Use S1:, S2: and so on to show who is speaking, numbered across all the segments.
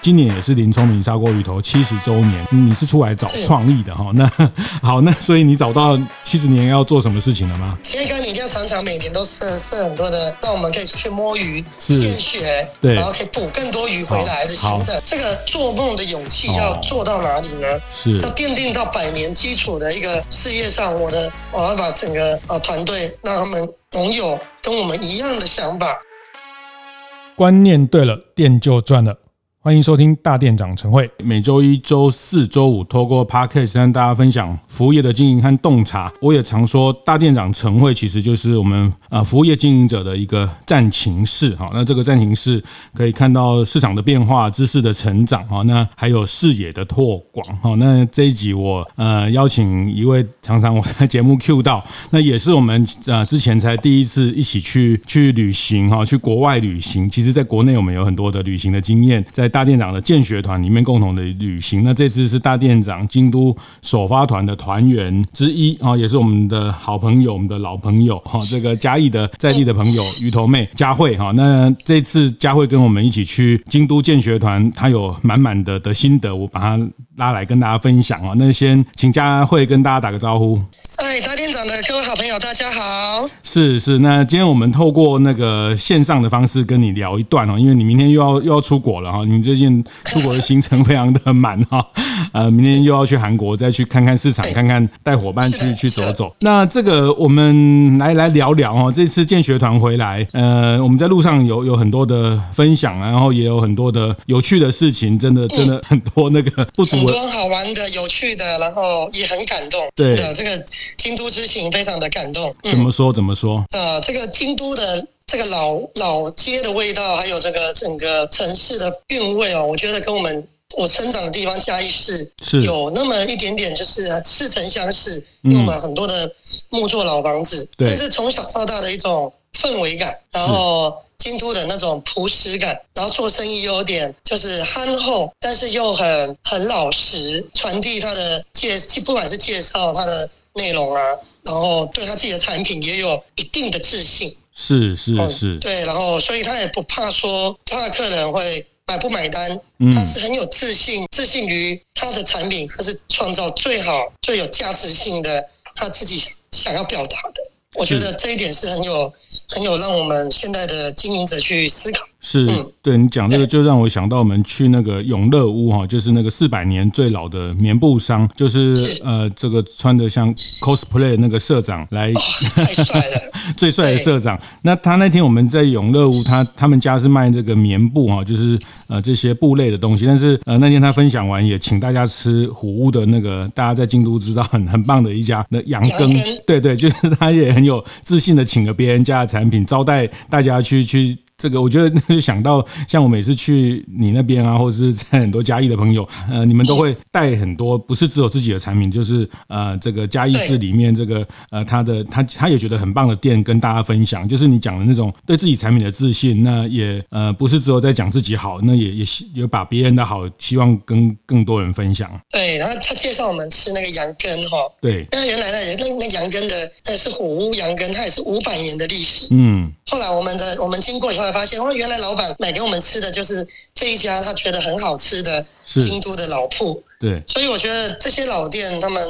S1: 今年也是林聪明砂锅鱼头七十周年，嗯你是出来找创意的哈？那好，那所以你找到七十年要做什么事情了吗？
S2: 其实跟你一样，常常每年都设设很多的，让我们可以出去摸鱼、
S1: 是
S2: 现学，
S1: 对
S2: 然后可以捕更多鱼回来的
S1: 好
S2: 行政。这个做梦的勇气要
S1: 哦
S2: 做到哪里呢？
S1: 是
S2: 要奠定到百年基础的一个事业上，我的我要把整个呃团队让他们拥有跟我们一样的想法。
S1: 观念对了，店就赚了。欢迎收听大店长晨会，每周一、周四周五透过 podcast 和大家分享服务业的经营和洞察。我也常说，大店长晨会其实就是我们啊服务业经营者的一个战情室。好，那这个战情室可以看到市场的变化、知识的成长。好，那还有视野的拓广。好，那这一集我呃邀请一位常常我在节目 Q 到，那也是我们呃之前才第一次一起去去旅行哈，去国外旅行。其实，在国内我们有很多的旅行的经验，在大店长的建学团里面共同的旅行。那这次是大店长京都首发团的团员之一啊，也是我们的好朋友，我们的老朋友哈，这个嘉义的在地的朋友鱼头妹佳慧哈。那这次佳慧跟我们一起去京都建学团，她有满满的的心得，我把她拉来跟大家分享啊。那先请佳慧跟大家打个招呼。
S2: 哎，大店长的各位好朋友，大家好。
S1: 是是，那今天我们透过那个线上的方式跟你聊一段哦，因为你明天又要又要出国了哈、你最近出国的行程非常的满哈、 呃，明天又要去韩国，再去看看市场，看看带伙伴去
S2: 是的
S1: 去走
S2: 是的
S1: 走。那这个我们来来聊聊哦，这次建学团回来，呃，我们在路上有有很多的分享，啊然后也有很多的有趣的事情，真的真的很多那个不足
S2: 很
S1: 为
S2: 多好玩的、有趣的，然后也很感动。
S1: 对
S2: 真的，这个京都之行非常的感动。嗯
S1: 怎么说怎么说，
S2: 呃，这个京都的这个老老街的味道，还有这个整个城市的韵味哦，我觉得跟我们我生长的地方嘉义市
S1: 是嗯
S2: 有那么一点点，就是呃似曾相识，因为我们很多的木作老房子，
S1: 对
S2: 这是从小到大的一种氛围感，然后。京都的那种朴实感，然后做生意又有点就是憨厚，但是又很很老实，传递他的介，不管是介绍他的内容啊，然后对他自己的产品也有一定的自信。
S1: 是是
S2: 嗯
S1: 是，
S2: 对，然后所以他也不怕说怕客人会买不买单，
S1: 嗯
S2: 他是很有自信，自信于他的产品，他是创造最好、最有价值性的他自己想要表达的。我觉得这一点是很有很有让我们现在的经营者去思考。
S1: 是
S2: 嗯
S1: 对你讲这个，就让我想到我们去那个永乐屋哈，就是那个四百年最老的棉布商，就是
S2: 是
S1: 呃，这个穿的像 cosplay 的那个社长来
S2: 哇、太帅 了！
S1: 最帅的社长。那他那天我们在永乐屋，他他们家是卖这个棉布哈，就是呃这些布类的东西。但是呃那天他分享完，也请大家吃虎屋的那个大家在京都知道很很棒的一家那羊羹
S2: 羊羹，
S1: 对 对，就是他也很有自信的请了别人家的产品，招待大家去去。这个我觉得就想到，像我每次去你那边啊，或者是在很多嘉义的朋友，呃，你们都会带很多，不是只有自己的产品，就是呃，这个嘉义市
S2: 对
S1: 里面这个呃，他的他他也觉得很棒的店跟大家分享，就是你讲的那种对自己产品的自信，那也呃不是只有在讲自己好，那也也希也把别人的好，希望跟更多人分享。
S2: 对，然后他介绍我们吃那个羊羹哈、哦，
S1: 对，
S2: 那原来那那那羊羹的那是虎屋羊羹，它也是五百年的历史。
S1: 嗯，
S2: 后来我们的我们经过以后才发现，哦，原来老板买给我们吃的就是这一家他觉得很好吃的
S1: 是
S2: 京都的老铺，
S1: 对，
S2: 所以我觉得这些老店他们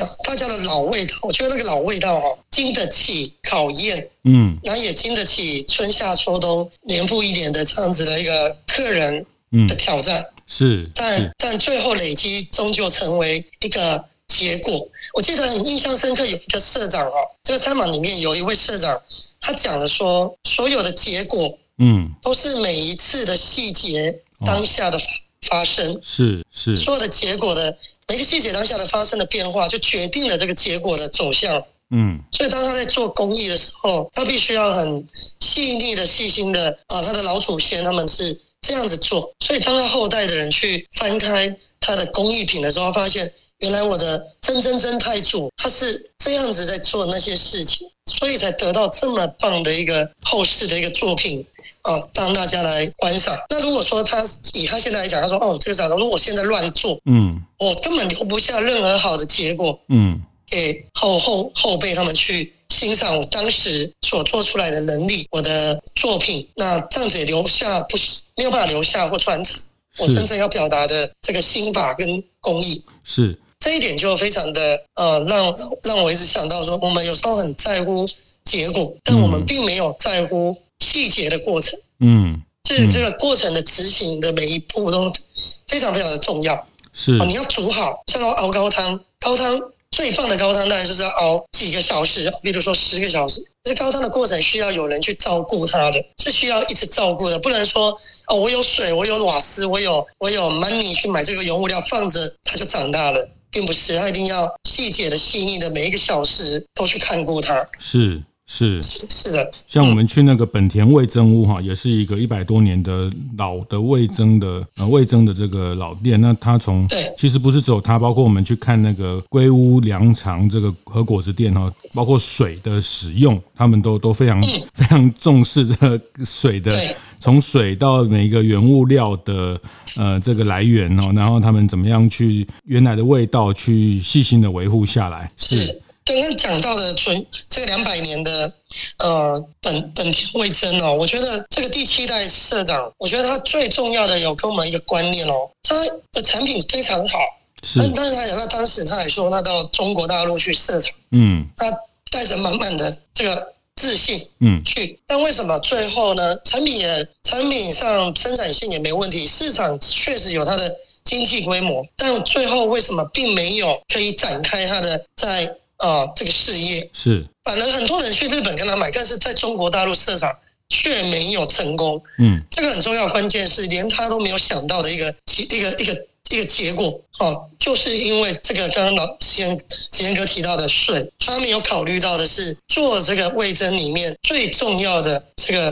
S2: 呃大家的老味道，我觉得那个老味道哦，经得起考验，
S1: 嗯
S2: 然后也经得起春夏秋冬年复一年的这样子的一个客人
S1: 嗯
S2: 的，挑战，
S1: 是是
S2: 但，但最后累积终究成为一个结果。我记得很印象深刻，有一个社长哦，这个餐馆里面有一位社长，他讲了说，所有的结果
S1: 嗯
S2: 都是每一次的细节
S1: 哦
S2: 当下的发发生，
S1: 是是
S2: 所有的结果的每个细节当下的发生的变化，就决定了这个结果的走向。
S1: 嗯
S2: 所以，当他在做公益的时候，他必须要很细腻的、细心的啊，他的老祖先他们是这样子做。所以，当他后代的人去翻开他的工艺品的时候，发现原来我的曾曾曾太祖他是这样子在做那些事情，所以才得到这么棒的一个后世的一个作品。啊，让大家来观赏。那如果说他以他现在来讲，他说哦，这个假如我现在乱做，
S1: 嗯
S2: 我根本留不下任何好的结果
S1: 嗯
S2: 给后后后辈他们去欣赏我当时所做出来的能力，我的作品，那这样子也留下不没有办法留下或传承我
S1: 是
S2: 真正要表达的这个心法跟工艺。
S1: 是
S2: 这一点就非常的呃，让让我一直想到说，我们有时候很在乎结果，但我们并没有在乎细节的过程，
S1: 嗯
S2: 就是这个过程的执行的每一步都非常非常的重要。
S1: 是
S2: 哦，你要煮好，像要熬高汤，高汤最棒的高汤当然就是要熬几个小时，比如说十个小时。这高汤的过程需要有人去照顾它的，是需要一直照顾的，不能说哦，我有水，我有瓦斯，我有我有 money 去买这个原物料放着，它就长大了。并不是，它一定要细节的、细腻的，每一个小时都去看顾它。
S1: 是是，
S2: 是的，
S1: 像我们去那个本田味增屋哈，也是一个一百多年的老的味增的呃味增的这个老店。那它从
S2: 对
S1: 其实不是只有它，包括我们去看那个龟屋粮肠这个和果子店哈，包括水的使用，他们都都非常、非常重视这个水的
S2: 嗯对。
S1: 从水到每一个原物料的呃这个来源哦，然后他们怎么样去原来的味道去细心的维护下来，是
S2: 是嗯刚刚讲到的纯这个两百年的呃本本田卫真哦，我觉得这个第七代社长，我觉得他最重要的有给我们一个观念哦，他的产品非常好，
S1: 是
S2: 但但是他讲到当时他也说，那到中国大陆去市场，
S1: 嗯
S2: 他带着满满的这个自信，
S1: 嗯
S2: 去，但为什么最后呢？产品也产品上生产性也没问题，市场确实有它的经济规模，但最后为什么并没有可以展开它的在啊、呃这个事业？
S1: 是
S2: 反而很多人去日本跟他买，但是在中国大陆市场却没有成功。
S1: 嗯
S2: 这个很重要，关键是连他都没有想到的一个结一个一个一个结果哦，就是因为这个刚刚老子贤子贤哥提到的水，他没有考虑到的是做这个味增里面最重要的这个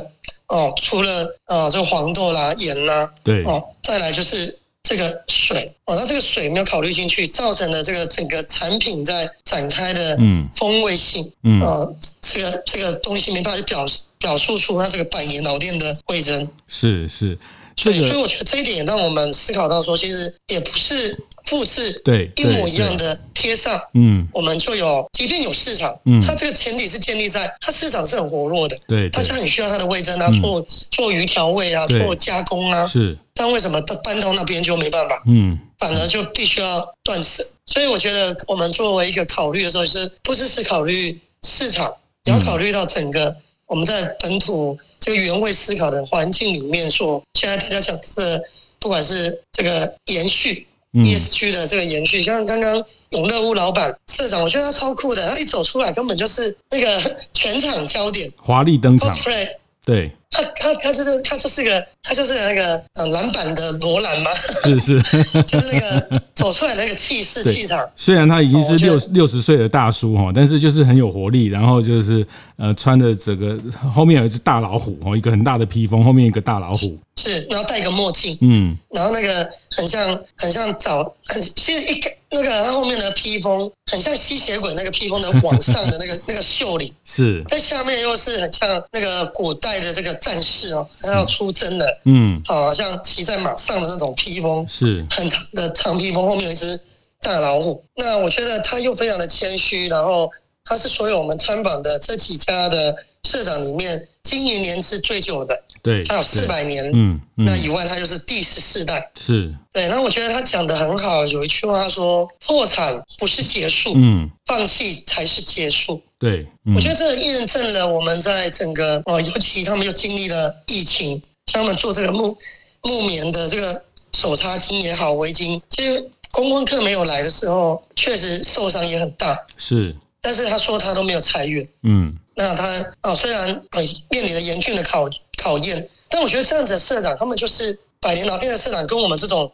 S2: 哦，除了呃这个黄豆啦、盐啦
S1: 对
S2: 哦，再来就是。这个水，哦，那这个水没有考虑进去，造成了这个整个产品在展开的
S1: 嗯
S2: 风味性，
S1: 嗯
S2: 呃，这个这个东西没办法去表示表述出它这个百年老店的味增。
S1: 是是这
S2: 所以，所以
S1: 个
S2: 我觉得这一点也让我们思考到说，其实也不是复制
S1: 对
S2: 一模一样的贴上，
S1: 嗯
S2: 我们就有，即便有市场，
S1: 嗯
S2: 它这个前提是建立在它市场是很活络的，
S1: 对
S2: 大
S1: 对
S2: 家很需要它的味增啊，做做鱼调味啊，
S1: 对
S2: 做加工啊，
S1: 是
S2: 但为什么到搬到那边就没办法？
S1: 嗯
S2: 反而就必须要断舍。所以我觉得我们作为一个考虑的时候，就是不只是考虑市场，也
S1: 嗯
S2: 要考虑到整个我们在本土这个原味思考的环境里面所现在大家讲的，不管是这个延续。
S1: 嗯
S2: ESG 的这个延续，像刚刚永乐屋老板社长，我觉得他超酷的，他一走出来根本就是那个全场焦点
S1: 华丽登场，
S2: cosplay，
S1: 对
S2: 他他他就是他就是个他就是那个呃篮板的罗兰嘛，
S1: 是是，
S2: 就是那个走出来那个气势
S1: 对
S2: 气场，
S1: 虽然他已经是
S2: 哦我觉
S1: 六
S2: 得
S1: 六十岁的大叔哈，但是就是很有活力，然后就是呃穿着整个后面有一只大老虎哦，一个很大的披风，后面一个大老虎，
S2: 是，然后戴个墨镜，
S1: 嗯
S2: 然后那个很像很像早很其实一个那个他后面的披风很像吸血鬼那个披风的往上的那个 那个袖领，
S1: 是
S2: 但下面又是很像那个古代的这个战士哦，还要出征的，
S1: 嗯
S2: 好、像骑在马上的那种披风，
S1: 是
S2: 很长的长披风，后面有一只大老虎。那我觉得他又非常的谦虚，然后他是所有我们参访的这几家的社长里面经营年资最久的，
S1: 对，
S2: 他有四
S1: 对
S2: 百年。
S1: 嗯嗯
S2: 那以外，他就是第十四代。
S1: 是
S2: 对，那我觉得他讲的很好，有一句话说：“破产不是结束，
S1: 嗯
S2: 放弃才是结束。”
S1: 对，嗯
S2: 我觉得这验证了我们在整个哦，尤其他们又经历了疫情，像他们做这个木木棉的这个手擦巾也好，围巾，其实公关客没有来的时候，确实受伤也很大。
S1: 是
S2: 但是他说他都没有裁员，
S1: 嗯
S2: 那他啊、虽然呃面临了严峻的考考验，但我觉得这样子的社长，他们就是百年老店的社长，跟我们这种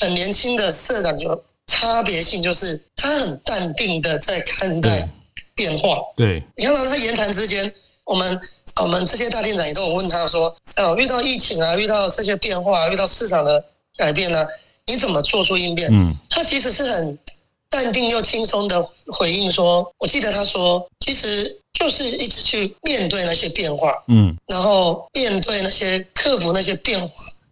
S2: 很年轻的社长有差别性，就是他很淡定的在看待变化。
S1: 对
S2: 你看到他言谈之间，我们我们这些大店长也都有问他说，呃，遇到疫情啊，遇到这些变化、遇到市场的改变呢、你怎么做出应变？
S1: 嗯
S2: 他其实是很淡定又轻松的回应说，我记得他说，其实就是一直去面对那些变化，
S1: 嗯，
S2: 然后面对那些克服那些变化，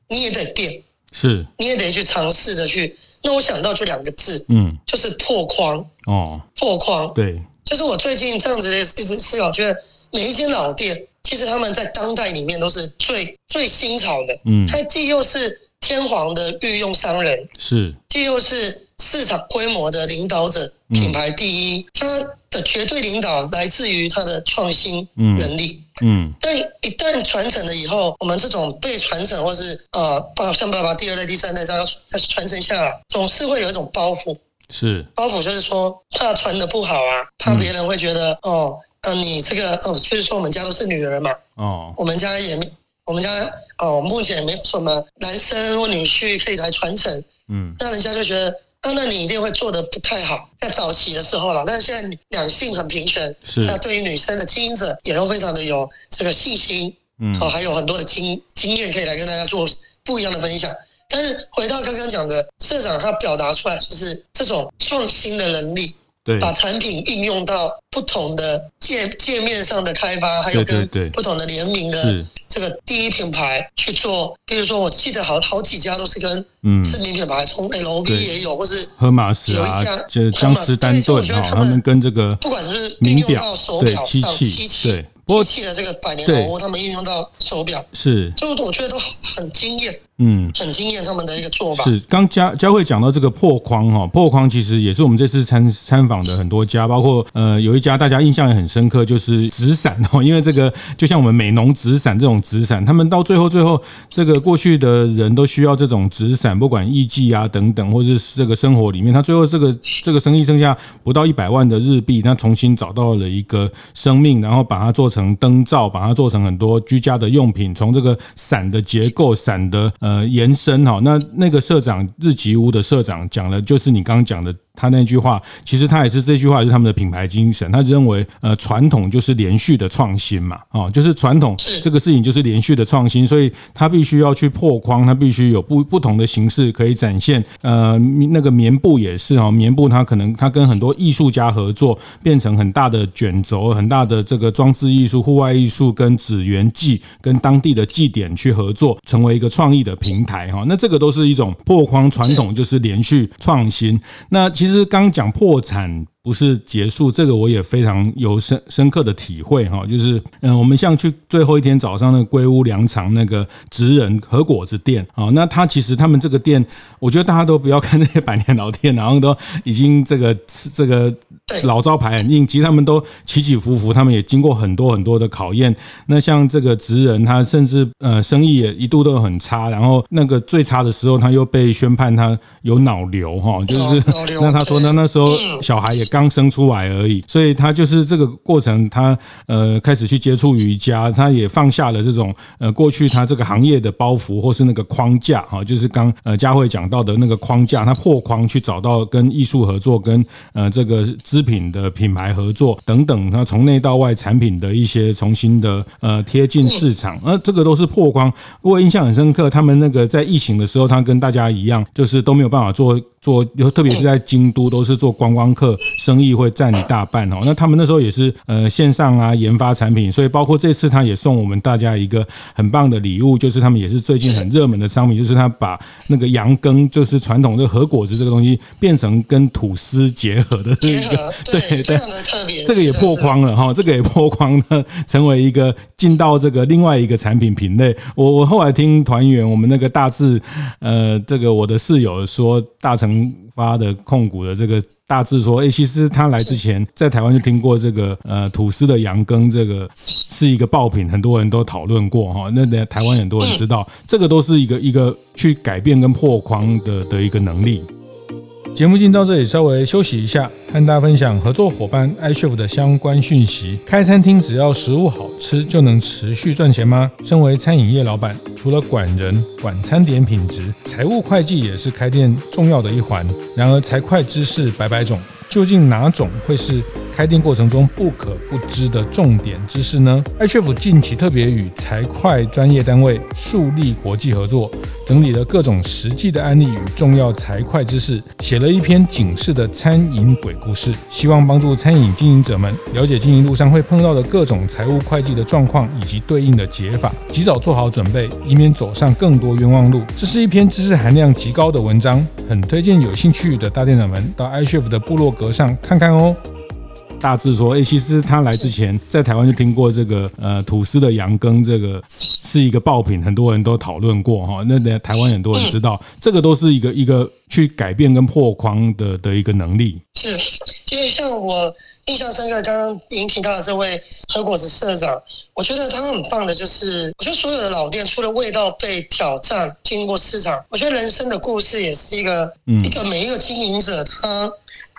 S2: 你也得变，
S1: 是，
S2: 你也得去尝试着去。那我想到就两个字，
S1: 嗯，
S2: 就是破框，
S1: 哦，
S2: 破框。
S1: 对，
S2: 就是我最近这样子的一直思考，觉得每一间老店，其实他们在当代里面都是最最新潮的，
S1: 嗯
S2: 它既又是天皇的御用商人，
S1: 是，
S2: 既又是市场规模的领导者，
S1: 嗯
S2: 品牌第一，它的绝对领导来自于它的创新
S1: 嗯
S2: 能力。
S1: 嗯，
S2: 但一旦传承了以后，我们这种被传承或是呃，爸像爸爸第二代、第三代这样要传承下来，总是会有一种包袱。
S1: 是，
S2: 包袱就是说怕传的不好啊，怕别人会觉得、哦，呃，你这个哦，就是说我们家都是女儿嘛，
S1: 哦，
S2: 我们家也没，我们家哦，目前也没有什么男生或女婿可以来传承，
S1: 嗯，
S2: 那人家就觉得，啊，那你一定会做的不太好，在早期的时候了。但是现在两性很平权，
S1: 是
S2: 那对于女生的经营者也都非常的有这个信心，
S1: 嗯
S2: 哦，还有很多的经经验可以来跟大家做不一样的分享。但是回到刚刚讲的，社长他表达出来就是这种创新的能力，
S1: 对，
S2: 把产品应用到不同的界界面上的开发，还有
S1: 对对
S2: 跟
S1: 对
S2: 不同的联名的
S1: 是，
S2: 这个第一品牌去做。比如说，我记得好好几家都是跟
S1: 嗯，
S2: 知名品牌，从 LV
S1: 对
S2: 也有，或是
S1: 荷马斯
S2: 有
S1: 啊
S2: 一家，
S1: 就是
S2: 荷
S1: 江
S2: 马
S1: 诗
S2: 斯
S1: 丹
S2: 对所以
S1: 顿
S2: 我觉得
S1: 哈，
S2: 他
S1: 他们
S2: 们
S1: 跟这个
S2: 不管是应
S1: 名
S2: 用
S1: 表
S2: 到手
S1: 对
S2: 表
S1: 机
S2: 上，
S1: 器
S2: 机
S1: 对
S2: 器
S1: 不过
S2: 机器的这个百年
S1: 对
S2: 老屋，他们应用到手表，
S1: 是，
S2: 就我觉得都很惊艳，
S1: 嗯。
S2: 很惊艳他们的一个做法。
S1: 是，刚佳佳慧讲到这个破框哈、破框其实也是我们这次参参访的很多家，包括呃有一家大家印象也很深刻，就是纸伞哦， 因为这个就像我们美农纸伞这种纸伞，他们到最后最后这个过去的人都需要这种纸伞，不管艺伎啊等等，或者是这个生活里面，他最后这个这个生意剩下不到一百万的日币，他重新找到了一个生命，然后把它做成灯罩，把它做成很多居家的用品，从这个伞的结构、伞的呃延伸哈、那那个社长日吉屋的社长讲了，就是你刚刚讲的。他那句话，其实他也是这句话，也是他们的品牌精神。他认为，呃，传统就是连续的创新嘛，哦，就是传统
S2: 是
S1: 这个事情就是连续的创新，所以他必须要去破框，他必须有不不同的形式可以展现。呃，那个棉布也是哦，棉布它可能它跟很多艺术家合作，变成很大的卷轴、很大的这个装饰艺术、户外艺术跟纸园艺跟当地的祭典去合作，成为一个创意的平台哈、那这个都是一种破框传统，就是连续创新。那其实刚讲破产。不是结束，这个我也非常有深深刻的体会哈，就是嗯，我们像去最后一天早上的龟屋粮场那个职人和果子店啊、哦那他其实他们这个店，我觉得大家都不要看这些百年老店，然后都已经这个这个
S2: 对
S1: 老招牌很硬，其实他们都起起伏伏，他们也经过很多很多的考验。那像这个职人，他甚至呃生意也一度都很差，然后那个最差的时候，他又被宣判他有脑瘤哈、就是
S2: 脑脑瘤
S1: 那他说呢，
S2: 对
S1: 那时候
S2: 嗯
S1: 小孩也刚生出来而已，所以他就是这个过程，他呃开始去接触瑜伽，他也放下了这种呃过去他这个行业的包袱或是那个框架哈、就是刚呃佳慧讲到的那个框架，他破框去找到跟艺术合作、跟呃这个织品的品牌合作等等，他从内到外产品的一些重新的呃贴近市场，呃这个都是破框。我印象很深刻，他们那个在疫情的时候，他跟大家一样，就是都没有办法做做，尤特别是在京都，都是做观光客生意会占一大半哦。那他们那时候也是呃线上啊研发产品，所以包括这次他也送我们大家一个很棒的礼物，就是他们也是最近很热门的商品，就是他把那个羊羹，就是传统的和果子这个东西，变成跟吐司结合的这
S2: 结
S1: 一个
S2: 合对，非常的特别，
S1: 这个也
S2: 是的
S1: 破，框了哈，这个也破框了， 成为一个进到这个另外一个产品品类。我我后来听团员我们那个大致，呃，这个我的室友说，大成发的控股的这个大致说，哎、其实他来之前在台湾就听过这个呃吐司的羊羹，这个是一个爆品，很多人都讨论过哈。那在台湾很多人知道，这个都是一个一个去改变跟破框的的一个能力。节目进到这里，稍微休息一下，和大家分享合作伙伴 iChef 的相关讯息。开餐厅只要食物好吃，就能持续赚钱吗？身为餐饮业老板，除了管人、管餐点品质，财务会计也是开店重要的一环。然而，财会知识百百种，究竟哪种会是开店过程中不可不知的重点知识呢？iChef 近期特别与财会专业单位树立国际合作，整理了各种实际的案例与重要财会知识，写了一篇警示的餐饮鬼故事，希望帮助餐饮经营者们了解经营路上会碰到的各种财务会计的状况以及对应的解法，及早做好准备，以免走上更多冤枉路。这是一篇知识含量极高的文章，很推荐有兴趣的大店长们到 iChef 的部落格上看看哦。大致说，哎、其实他来之前在台湾就听过这个呃吐司的羊羹，这个是一个爆品，很多人都讨论过哈。那那台湾很多人知道，这个都是一个一个去改变跟破框的的一个能力。
S2: 是，因为像我印象深刻，刚刚您提到的这位何果子社长，我觉得他很棒的，就是我觉得所有的老店，除了味道被挑战，经过市场，我觉得人生的故事也是一个，
S1: 嗯
S2: 一个每一个经营者他。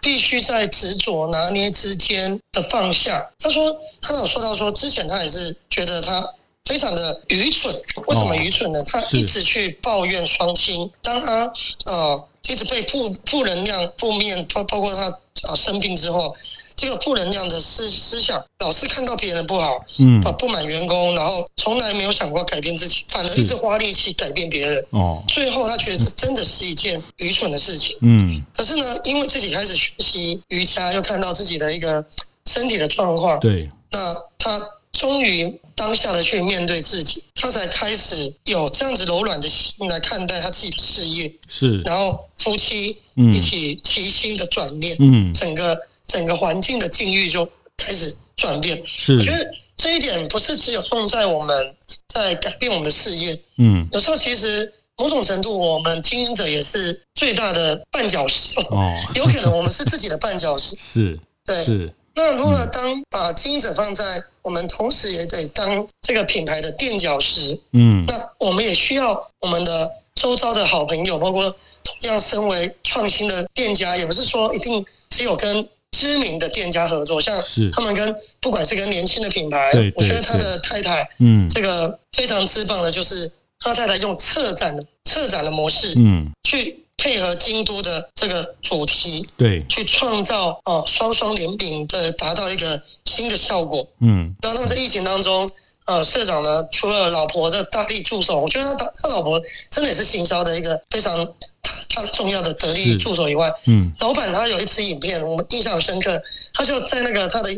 S2: 必须在执着拿捏之间的放下。他说，他有说到说，之前他也是觉得他非常的愚蠢。为什么
S1: 哦
S2: 愚蠢呢？他
S1: 是
S2: 一直去抱怨双亲，当他呃一直被负负能量、负面，包包括他呃生病之后，这个负能量的思思想，老是看到别人不好，
S1: 嗯
S2: 啊不满员工，然后从来没有想过改变自己，反而
S1: 是
S2: 一直花力气改变别人。
S1: 哦，
S2: 最后，他觉得这真的是一件愚蠢的事情。
S1: 嗯，
S2: 可是呢，因为自己开始学习瑜伽，又看到自己的一个身体的状况，
S1: 对，
S2: 那他终于当下的去面对自己，他才开始有这样子柔软的心来看待他自己的事业，
S1: 是，
S2: 然后夫妻
S1: 嗯
S2: 一起齐心的转念，
S1: 嗯，
S2: 整个整个环境的境遇就开始转变。
S1: 是
S2: 我，觉得这一点不是只有用在我们在改变我们的事业，
S1: 嗯，
S2: 有时候其实某种程度，我们经营者也是最大的绊脚石。
S1: 哦，。
S2: 有可能我们是自己的绊脚石
S1: 是
S2: 对，
S1: 是，
S2: 那如何当把经营者放在我们，同时也得当这个品牌的垫脚石。
S1: 嗯
S2: 那我们也需要我们的周遭的好朋友，包括同样身为创新的店家，也不是说一定只有跟知名的店家合作，像
S1: 是
S2: 他们跟不管是跟年轻的品牌
S1: 对对，
S2: 我觉得他的太太
S1: 嗯
S2: 这个非常之棒的，就是他太太用策展的策展的模式
S1: 嗯，
S2: 去配合京都的这个主题，
S1: 对，
S2: 去创造哦双双联饼的达到一个新的效果。
S1: 嗯
S2: 然后那么在疫情当中，呃，社长呢除了老婆的大力助手，我觉得他他老婆真的也是行销的一个非常他他重要的得力
S1: 是
S2: 助手以外，
S1: 嗯
S2: 老板他有一支影片我们印象很深刻，他就在那个他的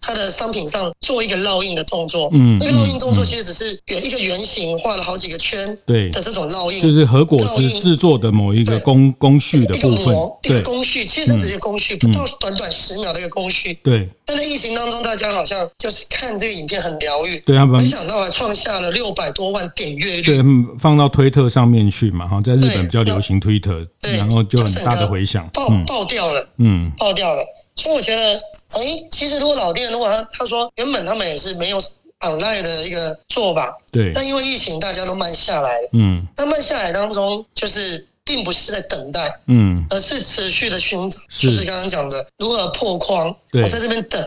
S2: 他的商品上做一个烙印的动作，
S1: 嗯
S2: 那个烙印动作
S1: 嗯
S2: 其实只是圆一个圆形画了好几个圈
S1: 对，
S2: 的这种烙印，
S1: 就是核果子制作的某一个工工序的
S2: 一个
S1: 部分
S2: 模，一个
S1: 对嗯
S2: 工序，其实这只是一个工序，不到短短十秒的一个工序。
S1: 对
S2: 但在疫情当中，大家好像就是看这个影片很疗愈，
S1: 对，他们
S2: 没想到还创下了六百多万点阅率。
S1: 对，嗯放到推特上面去嘛，哈，在日本
S2: 对
S1: 比较流行推特，
S2: 对
S1: 然后就很大的回响。
S2: 爆
S1: 嗯
S2: 爆掉了，
S1: 嗯，
S2: 爆掉了。所以我觉得，哎，其实如果老店，如果他他说原本他们也是没有 online 的一个做法，
S1: 对，
S2: 但因为疫情大家都慢下来，
S1: 嗯
S2: 那慢下来当中，就是并不是在等待，
S1: 嗯
S2: 而是持续的寻找，
S1: 是
S2: 就是刚刚讲的如何破框。
S1: 对
S2: 我在这边等，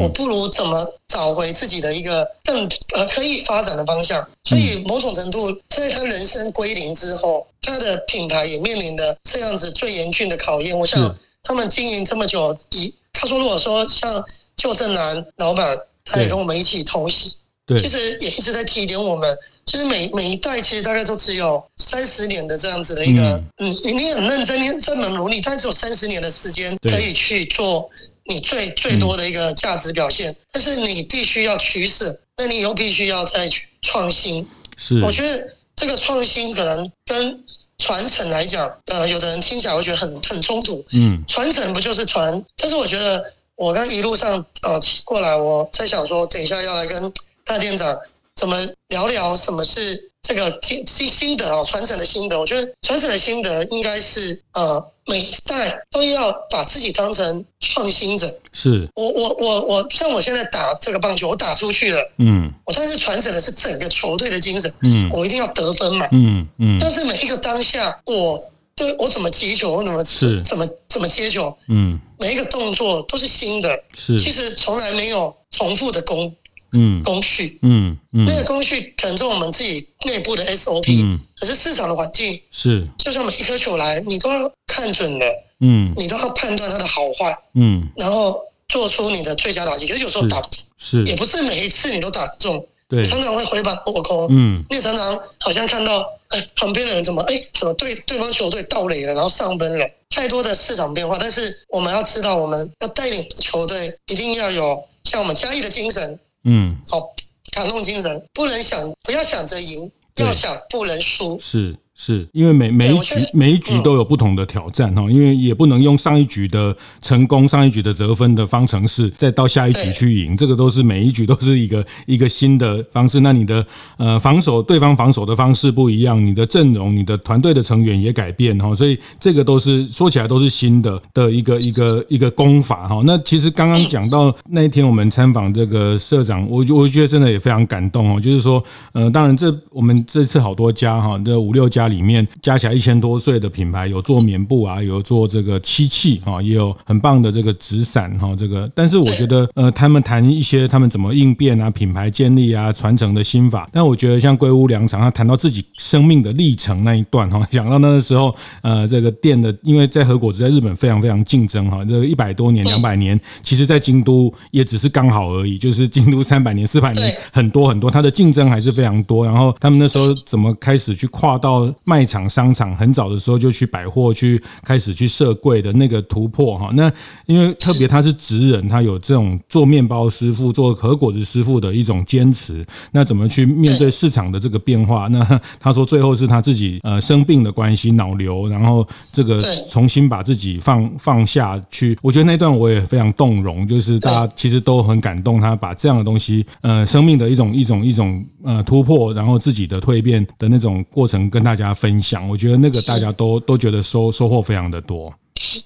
S2: 我
S1: 嗯，
S2: 不如怎么找回自己的一个更呃可以发展的方向。所
S1: 嗯
S2: 以某种程度，在他人生归零之后，他的品牌也面临了这样子最严峻的考验。我
S1: 是
S2: 想他们经营这么久，以他说如果说像旧正南老板，他也
S1: 对
S2: 跟我们一起同行，
S1: 对
S2: 其，实也一直在提点我们。就是每每一代其实大概都只有三十年的这样子的一个，嗯，你你很认真，你很正本如你，但只有三十年的时间
S1: 对嗯
S2: 可以去做你最最多的一个价值表现。但是你必须要取舍，那你又必须要再去创新。
S1: 是
S2: 我觉得这个创新可能跟传承来讲，呃，有的人听起来会觉得很很冲突，
S1: 嗯
S2: 传承不就是传？但是我觉得我刚一路上呃骑过来，我在想说，等一下要来跟大店长怎么聊聊什么是这个心心心得哦，传承的心得。我觉得传承的心得应该是呃每一代都要把自己当成创新者。
S1: 是
S2: 我我我我，像我现在打这个棒球，我打出去了，
S1: 嗯
S2: 我但是传承的是整个球队的精神，
S1: 嗯
S2: 我一定要得分嘛。
S1: 嗯嗯
S2: 但是每一个当下，我对我怎么击球，我怎么
S1: 是
S2: 怎么怎么接球，
S1: 嗯
S2: 每一个动作都是新的，
S1: 是
S2: 其实从来没有重复的工
S1: 嗯
S2: 工序。
S1: 嗯嗯
S2: 那个工序可能是我们自己内部的 SOP，、
S1: 嗯
S2: 可是市场的环境，
S1: 是
S2: 就像每一颗球来，你都要看准了，
S1: 嗯
S2: 你都要判断它的好坏，
S1: 嗯
S2: 然后做出你的最佳打击。可是有时候
S1: 是
S2: 打不中，
S1: 是
S2: 也不是每一次你都打得中，
S1: 对，
S2: 常常会回板破空。
S1: 嗯，
S2: 你也常常好像看到，哎，旁边的人怎么，哎，怎么对对方球队倒垒了，然后上分了，太多的市场变化。但是我们要知道，我们要带领球队，一定要有像我们嘉义的精神，
S1: 嗯，
S2: 好，感动精神，不能想，不要想着赢，
S1: 对
S2: 要想不能输。
S1: 是是，因为每每一
S2: 我
S1: 局
S2: 觉得
S1: 每一局都有不同的挑战哈，因为也不能用上一局的成功、上一局的得分的方程式，再到下一局
S2: 对
S1: 去赢，这个都是每一局都是一个 一个新的方式。那你的呃防守对方防守的方式不一样，你的阵容、你的团队的成员也改变哈，所以这个都是说起来都是新的的一个一 个一个功法哈。那其实刚刚讲到那一天我们参访这个社长，我就我觉得真的也非常感动哦，就是说呃，当然这我们这次好多家哈，这五六家里面加起来一千多岁的品牌，有做棉布啊，有做这个漆器哈，也有很棒的这个纸伞哈，这个。但是我觉得呃，他们谈一些他们怎么应变啊、品牌建立啊、传承的心法。但我觉得像龟屋粮厂，他谈到自己生命的历程那一段哈，想到那个时候呃，这个店的，因为在和果子在日本非常非常竞争哈，这个一百多年、两百年，其实在京都也只是刚好而已，就是京都三百年、四百年
S2: 对
S1: 很多很多，它的竞争还是非常多。然后他们那时候怎么开始去跨到卖场、商场？很早的时候就去百货去开始去设柜的那个突破哈。那因为特别他是职人，他有这种做面包师傅、做和果子师傅的一种坚持。那怎么去面对市场的这个变化？那他说最后是他自己呃生病的关系，脑瘤，然后这个
S2: 对
S1: 重新把自己放放下去。我觉得那段我也非常动容，就是大家其实都很感动，他把这样的东西，呃，生命的一种一种一种呃突破，然后自己的蜕变的那种过程跟大家分享。我觉得那个大家都都觉得收收获非常的多。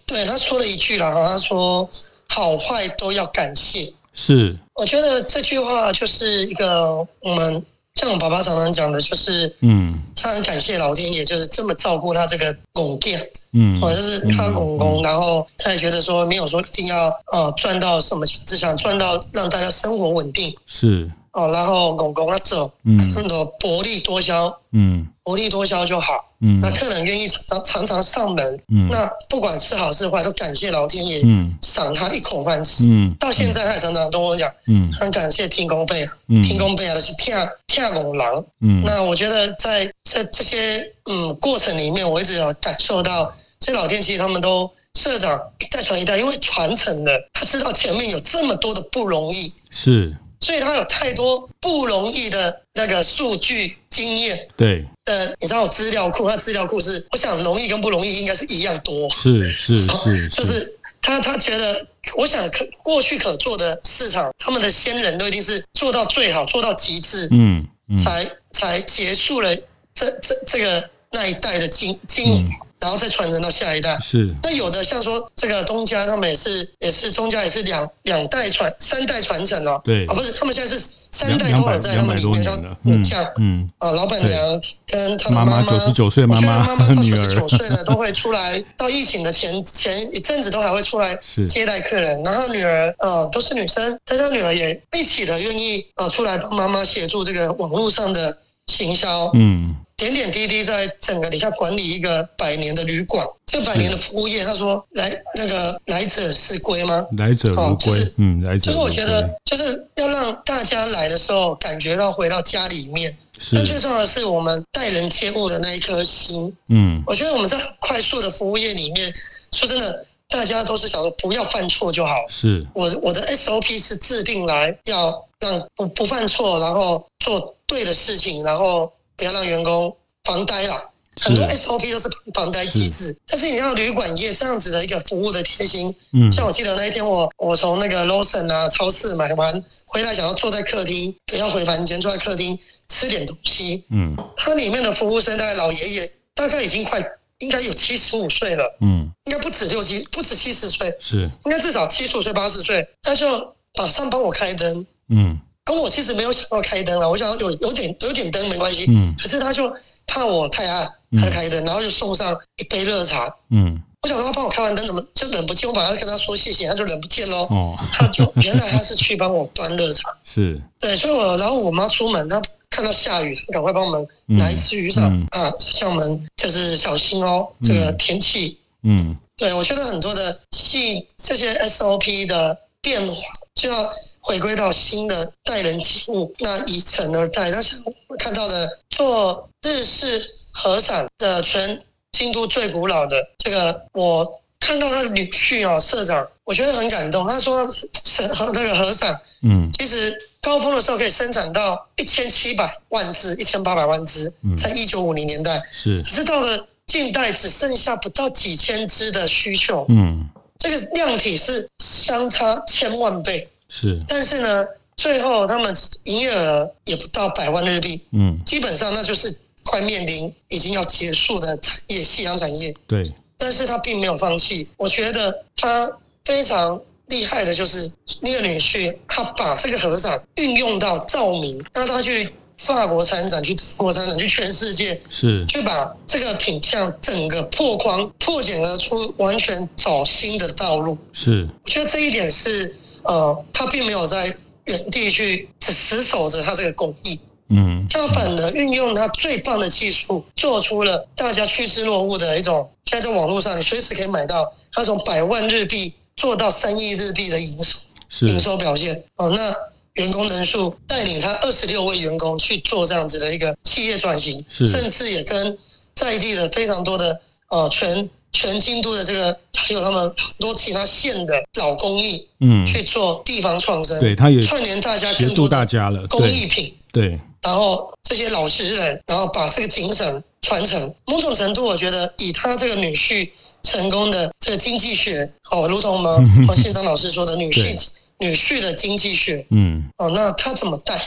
S2: 对他说了一句啦，他说好坏都要感谢。
S1: 是，
S2: 我觉得这句话就是一个我们像我爸爸常常讲的，就是
S1: 嗯
S2: 他很感谢老天爷，就是这么照顾他这个拱店，
S1: 嗯，
S2: 或者是他拱工，然后他也觉得说没有说一定要呃赚到什么钱，只想赚到让大家生活稳定
S1: 是，
S2: 哦、然后拱工他走，
S1: 嗯
S2: 那个薄利多销，
S1: 嗯
S2: 薄利多销就好。
S1: 嗯
S2: 那客人愿意常常常上门，
S1: 嗯
S2: 那不管是好是坏，都感谢老天爷
S1: 嗯
S2: 赏他一口饭吃。
S1: 嗯
S2: 到现在，他也常常跟我讲，
S1: 嗯
S2: 很感谢天公贝啊，
S1: 嗯
S2: 天公贝啊，就是天天拱狼。
S1: 嗯
S2: 那我觉得在这这些嗯过程里面，我一直有感受到，这老电器他们都社长一代传一代，因为传承的，他知道前面有这么多的不容易，
S1: 是，
S2: 所以他有太多不容易的那个数据经验
S1: 对，
S2: 的，你知道资料库，他资料库是我想容易跟不容易应该是一样多，
S1: 是是 是
S2: 哦就是他他觉得。我想可过去可做的市场，他们的先人都一定是做到最好，做到极致，
S1: 嗯嗯
S2: 才才结束了这这这个那一代的经经营，然后再传承到下一代。
S1: 是，
S2: 那有的像说这个东家，他们也是也是东家也是两两代传三代传承哦，
S1: 对
S2: 啊不是，他们现在是三
S1: 两
S2: 代
S1: 两
S2: 都
S1: 百
S2: 有在他
S1: 两
S2: 们
S1: 百
S2: 里
S1: 多
S2: 面
S1: 年
S2: 像
S1: 了，
S2: 嗯
S1: 嗯
S2: 像
S1: 嗯
S2: 啊老板娘跟她的
S1: 妈妈
S2: 妈
S1: 99岁妈
S2: 我觉得
S1: 妈
S2: 妈妈到
S1: 女
S2: 九
S1: 儿
S2: 十九岁了都会出来，到疫情的前前一阵子都还会出来
S1: 是
S2: 接待客人，然后女儿呃都是女生，但是她女儿也一起的愿意呃出来帮妈妈协助这个网络上的行销，
S1: 嗯
S2: 点点滴滴在整个你看管理一个百年的旅馆，这百年的服务业，他说来那个来者是归吗？
S1: 来者如归，嗯，来者
S2: 哦就
S1: 如
S2: 是我
S1: 归
S2: 觉，得，就是要让大家来的时候感觉到回到家里面。那最
S1: 是，
S2: 重要的是我们待人接物的那一颗心。
S1: 嗯，
S2: 我觉得我们在很快速的服务业里面，说真的，大家都是想说不要犯错就好。
S1: 是，
S2: 我我的 SOP 是制定来要让不不犯错，然后做对的事情，然后不要让员工防呆啦。
S1: 是
S2: 很多 SOP 都是防呆机制，但是你要旅馆业这样子的一个服务的贴心，
S1: 嗯
S2: 像我记得那一天我我从那个 Lawson 啊超市买完回来，想要坐在客厅，不要回房间，坐在客厅吃点东西。
S1: 嗯
S2: 它里面的服务生大概老爷爷，大概已经快应该有七十五岁了，
S1: 嗯，
S2: 应该不止六七，不止七十岁，
S1: 是，
S2: 应该至少七十五岁、八十岁，他就马上帮我开灯。
S1: 嗯
S2: 而我其实没有想要开灯啊了，我想要有有点有点灯没关系。
S1: 嗯
S2: 可是他就怕我太暗，他开灯，然后就送上一杯热茶。
S1: 嗯，
S2: 我想说他帮我开完灯，怎么就忍不见？我马上跟他说谢谢，他就忍不见喽。
S1: 哦，
S2: 他就原来他是去帮我端热茶，
S1: 是，
S2: 对，所以我然后我妈出门，她看到下雨，她赶快帮我们拿一支雨伞、
S1: 嗯
S2: 啊，像我们就是小心哦，这个天气
S1: 嗯
S2: 对，我觉得很多的细这些 SOP 的变化，就要回归到新的待人接物，那以诚而待。但是我看到的做日式和尚的全京都最古老的这个，我看到他的女婿哦，社长，我觉得很感动。他说和那个和尚
S1: 嗯
S2: 其实高峰的时候可以生产到一千七百万只、一千八百万只
S1: 嗯，
S2: 在一九五零年代，
S1: 是
S2: 可是到了近代只剩下不到几千只的需求，
S1: 嗯
S2: 这个量体是相差千万倍。
S1: 是
S2: 但是呢，最后他们营业额也不到百万日币，
S1: 嗯
S2: 基本上那就是快面临已经要结束的产业，夕阳产业。
S1: 对
S2: 但是他并没有放弃。我觉得他非常厉害的就是那个女婿，他把这个和尚运用到照明，让他去法国参展、去德国参展、去全世界，
S1: 是
S2: 去把这个品相整个破框、破茧而出，完全走新的道路。
S1: 是
S2: 我觉得这一点是，呃，他并没有在原地去只死守着他这个工艺，
S1: 嗯
S2: 他反而运用他最棒的技术，做出了大家趋之若鹜的一种。现在在网络上，你随时可以买到，他从百万日币做到三亿日币的营收
S1: 是
S2: 营收表现。哦，那员工人数带领他二十六位员工去做这样子的一个企业转型，
S1: 是
S2: 甚至也跟在地的非常多的呃全全京都的这个，还有他们很多其他县的老工艺
S1: 嗯
S2: 去做地方创生，
S1: 对，他也
S2: 串联大家
S1: 协
S2: 更
S1: 助
S2: 多
S1: 大
S2: 的
S1: 家了，
S2: 工艺
S1: 对
S2: 品。
S1: 对
S2: 然后这些老实人，然后把这个精神传承。某种程度，我觉得以他这个女婿成功的这个经济学，哦，如同 我们黄信章老师说的女
S1: 对
S2: 婿女婿的经济学，
S1: 嗯
S2: 哦，那他怎么带？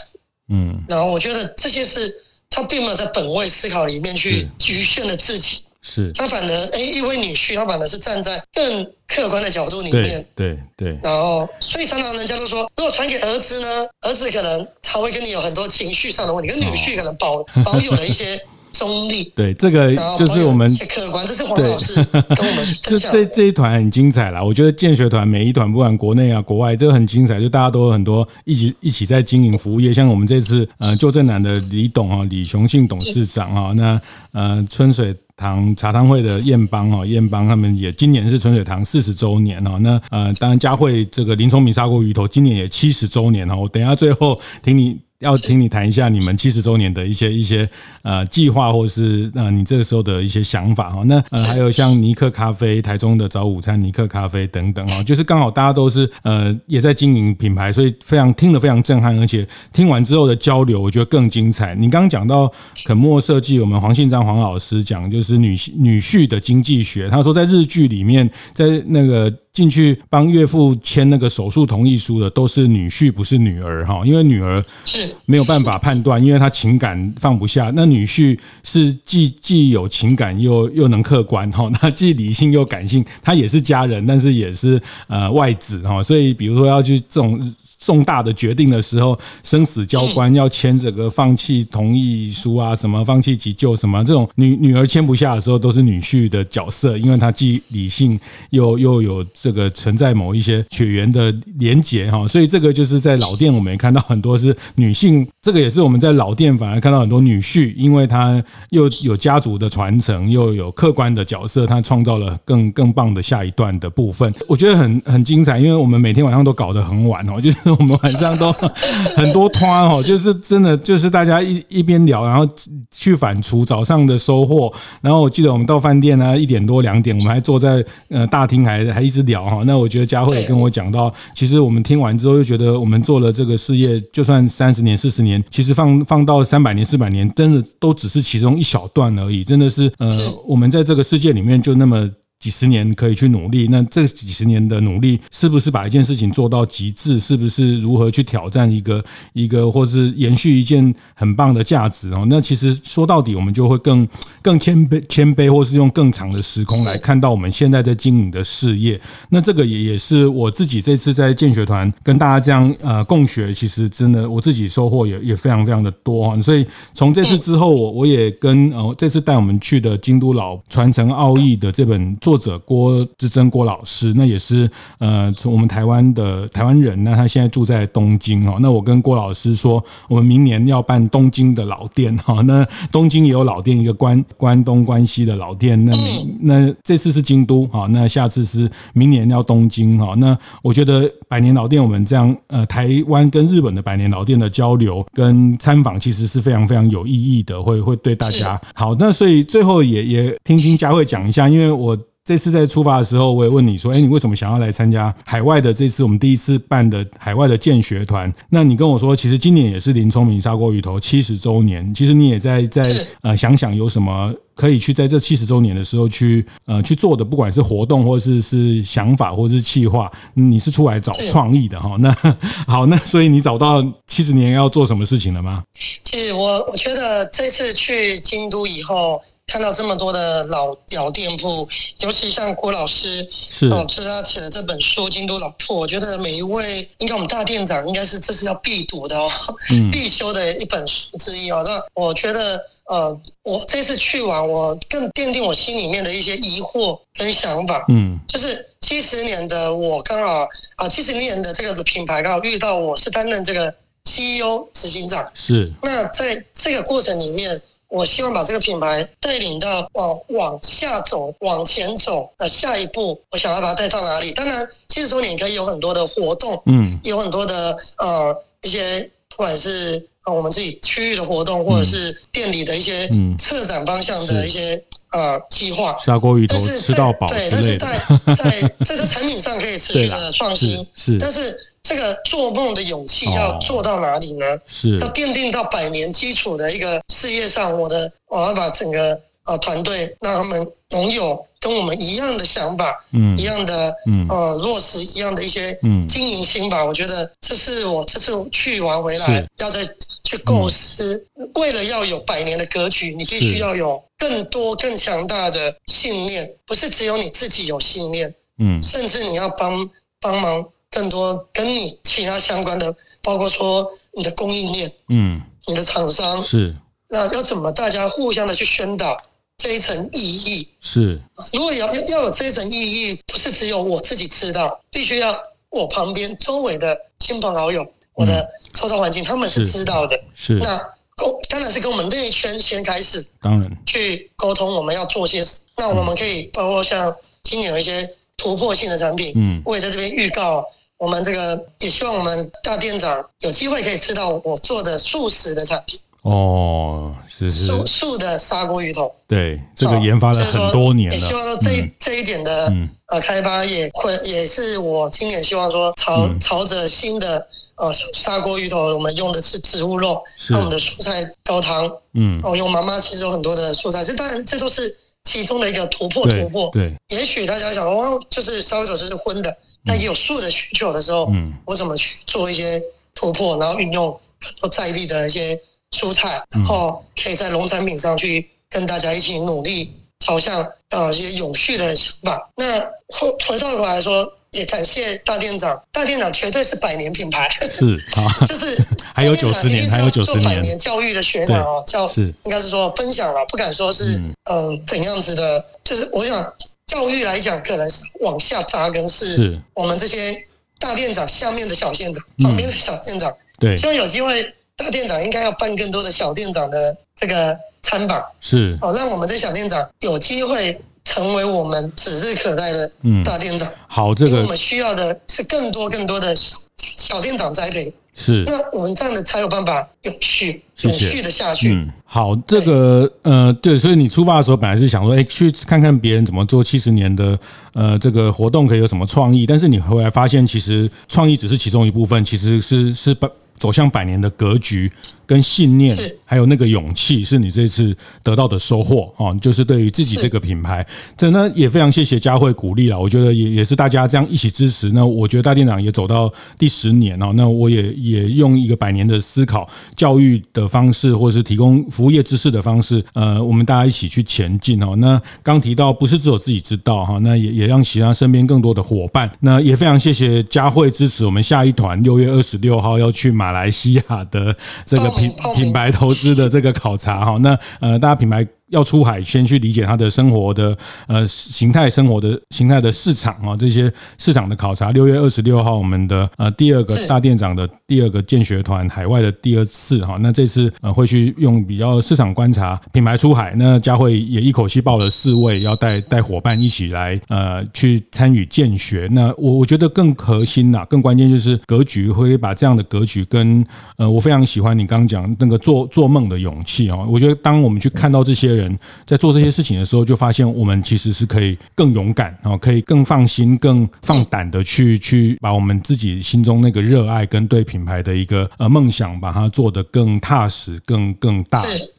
S1: 嗯
S2: 然后我觉得这些是他并没有在本位思考里面去
S1: 是
S2: 局限了自己，
S1: 是
S2: 他反而哎，一位女婿，他反而是站在更客观的角度里
S1: 对
S2: 面。
S1: 对对
S2: 然后，所以常常人家都说，如果传给儿子呢，儿子可能他会跟你有很多情绪上的问题，跟女婿可能保 保有了一些中立，
S1: 对，这个
S2: 然后
S1: 就
S2: 保
S1: 是
S2: 有
S1: 我们
S2: 一些客观，这是黄
S1: 对
S2: 老师跟我们
S1: 这
S2: 分享
S1: 这
S2: 的。
S1: 这一团很精彩啦！我觉得建学团每一团，不管国内啊、国外，都很精彩，就大家都有很多一起一起在经营服务业。像我们这次呃，旧正南的李董啊、李雄信董事长啊，那呃春水。堂茶汤会的燕邦哦，燕邦他们也今年是春水堂四十周年哦。那呃，当然佳慧这个林聪明砂锅鱼头今年也七十周年哦。我等一下最后听你要请你谈一下你们七十周年的一些一些呃计划，或是呃你这个时候的一些想法哈、哦。那呃还有像尼克咖啡、台中的早午餐、尼克咖啡等等哈、哦，就是刚好大家都是呃也在经营品牌，所以非常听得非常震撼，而且听完之后的交流，我觉得更精彩。你刚刚讲到肯墨设计，我们黄信章黄老师讲就是女女婿的经济学，他说在日剧里面，在那个。进去帮岳父签那个手术同意书的都是女婿，不是女儿哈，因为女儿
S2: 是
S1: 没有办法判断，因为他情感放不下。那女婿是既既有情感又又能客观哈、 那既理性又感性，他也是家人，但是也是呃外子哈、所以比如说要去这种重大的决定的时候，生死交关，要签这个放弃同意书啊，什么放弃急救什么这种女女儿签不下的时候，都是女婿的角色，因为他既理性又又有这个存在某一些血缘的连结哈、所以这个就是在老店我们也看到很多是女性，这个也是我们在老店反而看到很多女婿，因为他又有家族的传承，又有客观的角色，他创造了更更棒的下一段的部分，我觉得很很精彩，因为我们每天晚上都搞得很晚哦， 就是我们晚上都 很多摊哦，就是真的就是大家一一边聊，然后去反刍早上的收获，然后我记得我们到饭店啊呢一点多两点，我们还坐在呃大厅还还一直聊哈。那我觉得佳慧也跟我讲到，其实我们听完之后就觉得，我们做了这个事业，就算三十年、四十年，其实放放到三百年、四百年，真的都只是其中一小段而已。真的是呃
S2: 是，
S1: 我们在这个世界里面就那么。几十年可以去努力，那这几十年的努力，是不是把一件事情做到极致？是不是如何去挑战一个一个，或是延续一件很棒的价值哦？那其实说到底，我们就会更更谦卑谦卑，或是用更长的时空来看到我们现在在经营的事业。那这个也也是我自己这次在建学团跟大家这样呃共学，其实真的我自己收获也也非常非常的多哈、所以从这次之后，我我也跟呃这次带我们去的京都老传承奥义的这本作作者郭志珍郭老师，那也是呃从我们台湾的台湾人，那他现在住在东京哦。那我跟郭老师说，我们明年要办东京的老店哈、哦。 那东京也有老店，一个关关东关西的老店。那明那这次是京都哈、哦，那下次是明年要东京哈、哦。那我觉得百年老店我们这样呃台湾跟日本的百年老店的交流跟参访，其实是非常非常有意义的，会会对大家好。那所以最后也也听听佳慧讲一下，因为我。这次在出发的时候，我也问你说：“哎，你为什么想要来参加海外的？这次我们第一次办的海外的建学团。”那你跟我说，其实今年也是林聪明砂锅鱼头七十周年。其实你也在在呃想想有什么可以去在这七十周年的时候去呃去做的，不管是活动或是是想法或是计划，你是出来找创意的哈、哦。那 好，那所以你找到七十年要做什么事情了吗？
S2: 其实我我觉得这次去京都以后。看到这么多的老老店铺，尤其像郭老师，
S1: 是
S2: 哦，就是他写的这本书《京都老铺》，我觉得每一位，应该我们大店长应该是这是要必读的哦，
S1: 嗯
S2: 必修的一本书之一哦。那我觉得，呃，我这次去完，我更奠定我心里面的一些疑惑跟想法，
S1: 嗯
S2: 就是七十年的我刚好啊，七十年的这个品牌刚好遇到我是担任这个 CEO 执行长，
S1: 是
S2: 那在这个过程里面，我希望把这个品牌带领到往往下走、往前走呃下一步，我想要把它带到哪里？当然，其实说你可以有很多的活动，
S1: 嗯
S2: 有很多的呃一些，不管是呃我们自己区域的活动，或者是店里的一些
S1: 嗯
S2: 策展方向的
S1: 是
S2: 一些呃计划。
S1: 砂锅鱼头
S2: 但是
S1: 吃
S2: 在
S1: 到饱
S2: 对，
S1: 之
S2: 但
S1: 类
S2: 是
S1: 的，
S2: 在 在在这产品上可以持
S1: 对
S2: 续
S1: 啦
S2: 的创
S1: 是
S2: 新，
S1: 是
S2: 但是这个做梦的勇气要
S1: 哦
S2: 做到哪里呢？
S1: 是
S2: 要奠定到百年基础的一个事业上，我的我要把整个呃团队让他们拥有跟我们一样的想法，
S1: 嗯
S2: 一样的
S1: 嗯
S2: 呃落实一样的一些
S1: 嗯
S2: 经营心法。我觉得这是我这次去完回来
S1: 是
S2: 要再去构思，为了要有百年的格局，你必
S1: 是
S2: 须要有更多更强大的信念，不是只有你自己有信念，
S1: 嗯
S2: 甚至你要帮帮忙更多跟你其他相关的，包括说你的供应链。
S1: 嗯
S2: 你的厂商，
S1: 是
S2: 那要怎么大家互相的去宣导这一层意义？
S1: 是
S2: 如果要要有这一层意义，不是只有我自己知道，必须要我旁边周围的亲朋好友、我的周遭环境，他们是
S1: 是
S2: 知道的。
S1: 嗯是，
S2: 那沟当然是跟我们内圈先开始
S1: 当然
S2: 去沟通，我们要做些什。那我们可以包括像今年有一些突破性的产品，
S1: 嗯
S2: 我也在这边预告，我们这个也希望我们大店长有机会可以吃到我做的素食的产品。
S1: 哦，是是，
S2: 素素的砂锅鱼头，
S1: 对，这个
S2: 哦
S1: 研发了
S2: 所以
S1: 很
S2: 说
S1: 多年
S2: 也希望
S1: 了，
S2: 说这一、这一点的、
S1: 嗯
S2: 呃开发也会也是我今年希望说朝、
S1: 嗯
S2: 朝着新的呃砂锅鱼头，我们用的是植物肉，
S1: 是
S2: 那我们的蔬菜高汤，
S1: 嗯，
S2: 哦，用妈妈其实有很多的蔬菜，这当然这都是其中的一个突破突
S1: 对
S2: 破。
S1: 对，
S2: 也许大家想哦，就是烧鱼头就是荤的，那也有素的需求的时候，
S1: 嗯
S2: 我怎么去做一些突破，然后运用很多在地的一些蔬菜，然后可以在农产品上去跟大家一起努力，朝向呃一些永续的想法。那回回到头来说，也感谢大店长，大店长绝对是百年品牌，
S1: 是好，
S2: 就是
S1: 还有
S2: 大店长
S1: 90年
S2: 一定是
S1: 还有
S2: 要
S1: 90
S2: 做百
S1: 年
S2: 年教育的学堂哦，叫
S1: 是
S2: 应该是说分享了，不敢说是
S1: 嗯
S2: 嗯、怎样子的，就是我想教育来讲，可能是往下扎根是
S1: 是，
S2: 我们这些大店长下面的小店长，
S1: 嗯
S2: 旁边的小店长，
S1: 对
S2: 希望有机会大店长应该要办更多的小店长的这个参访，
S1: 是，
S2: 哦，让我们这小店长有机会成为我们指日可待的
S1: 嗯
S2: 大店长，
S1: 好，这
S2: 因为我
S1: 个
S2: 们需要的是更多更多的小小店长栽培，
S1: 是。
S2: 那我们这样的才有办法永续
S1: 谢
S2: 永
S1: 谢
S2: 续的下去。
S1: 嗯，好，这个呃，对，所以你出发的时候本来是想说，哎，去看看别人怎么做七十年的呃这个活动可以有什么创意，但是你后来发现，其实创意只是其中一部分，其实是是百走向百年的格局跟信念
S2: 是，
S1: 还有那个勇气，是你这次得到的收获哦，就是对于自己这
S2: 是
S1: 个品牌，真的也非常谢谢佳慧鼓励了，我觉得也也是大家这样一起支持。那我觉得大店长也走到第十年哦，那我也也用一个百年的思考、教育的方式，或是提供服务业知识的方式，呃，我们大家一起去前进哦。那刚提到不是只有自己知道哈、那也也让其他身边更多的伙伴。那也非常谢谢佳慧支持我们下一团六月二十六号要去马来西亚的这个
S2: 报名
S1: 品
S2: 报名
S1: 品牌投资的这个考察哈、那呃，大家品牌。要出海，先去理解它的生活的呃形态、生活的形态的市场啊、这些市场的考察。六月二十六号，我们的呃第二个
S2: 是
S1: 大店长的第二个建学团海外的第二次哈、那这次呃会去用比较市场观察品牌出海，那佳慧也一口气报了四位，要带带伙伴一起来呃去参与建学。那我我觉得更核心呐、更关键就是格局会把这样的格局跟呃，我非常喜欢你刚刚讲那个做做梦的勇气哦。我觉得当我们去看到这些人在做这些事情的时候，就发现我们其实是可以更勇敢哦，可以更放心、更放胆的去去把我们自己心中那个热爱跟对品牌的一个呃梦想，把它做得更踏实、更更大。
S2: 是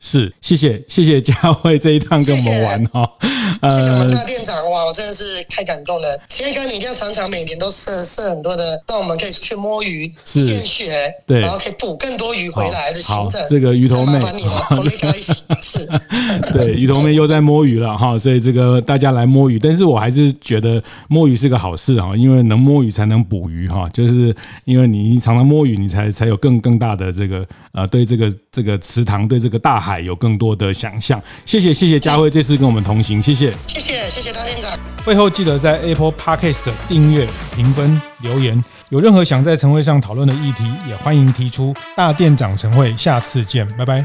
S1: 谢谢谢谢佳慧这一趟跟我
S2: 谢
S1: 们
S2: 谢
S1: 玩哈、
S2: 谢谢我
S1: 呃
S2: 们，大店长，哇，我真的是太感动了。其实跟你这样常常每年都设设很多的，让我们可以出去摸鱼、
S1: 是
S2: 现学，
S1: 对
S2: 然后可以捕更多鱼回来的行
S1: 好
S2: 程。
S1: 这个鱼头妹
S2: 真麻烦你了，我们一起是。
S1: 对，鱼头妹又在摸鱼了哈，所以这个大家来摸鱼，但是我还是觉得摸鱼是个好事哈，因为能摸鱼才能捕鱼哈，就是因为你常常摸鱼，你才才有更更大的这个呃对这个这个池塘对这个大海有更多的想象。谢谢谢谢佳慧这次跟我们同行，谢谢。
S2: 谢谢谢谢大店长。
S1: 会后记得在 Apple Podcast 订阅、评分、留言。有任何想在晨会上讨论的议题，也欢迎提出。大店长晨会，下次见，拜拜。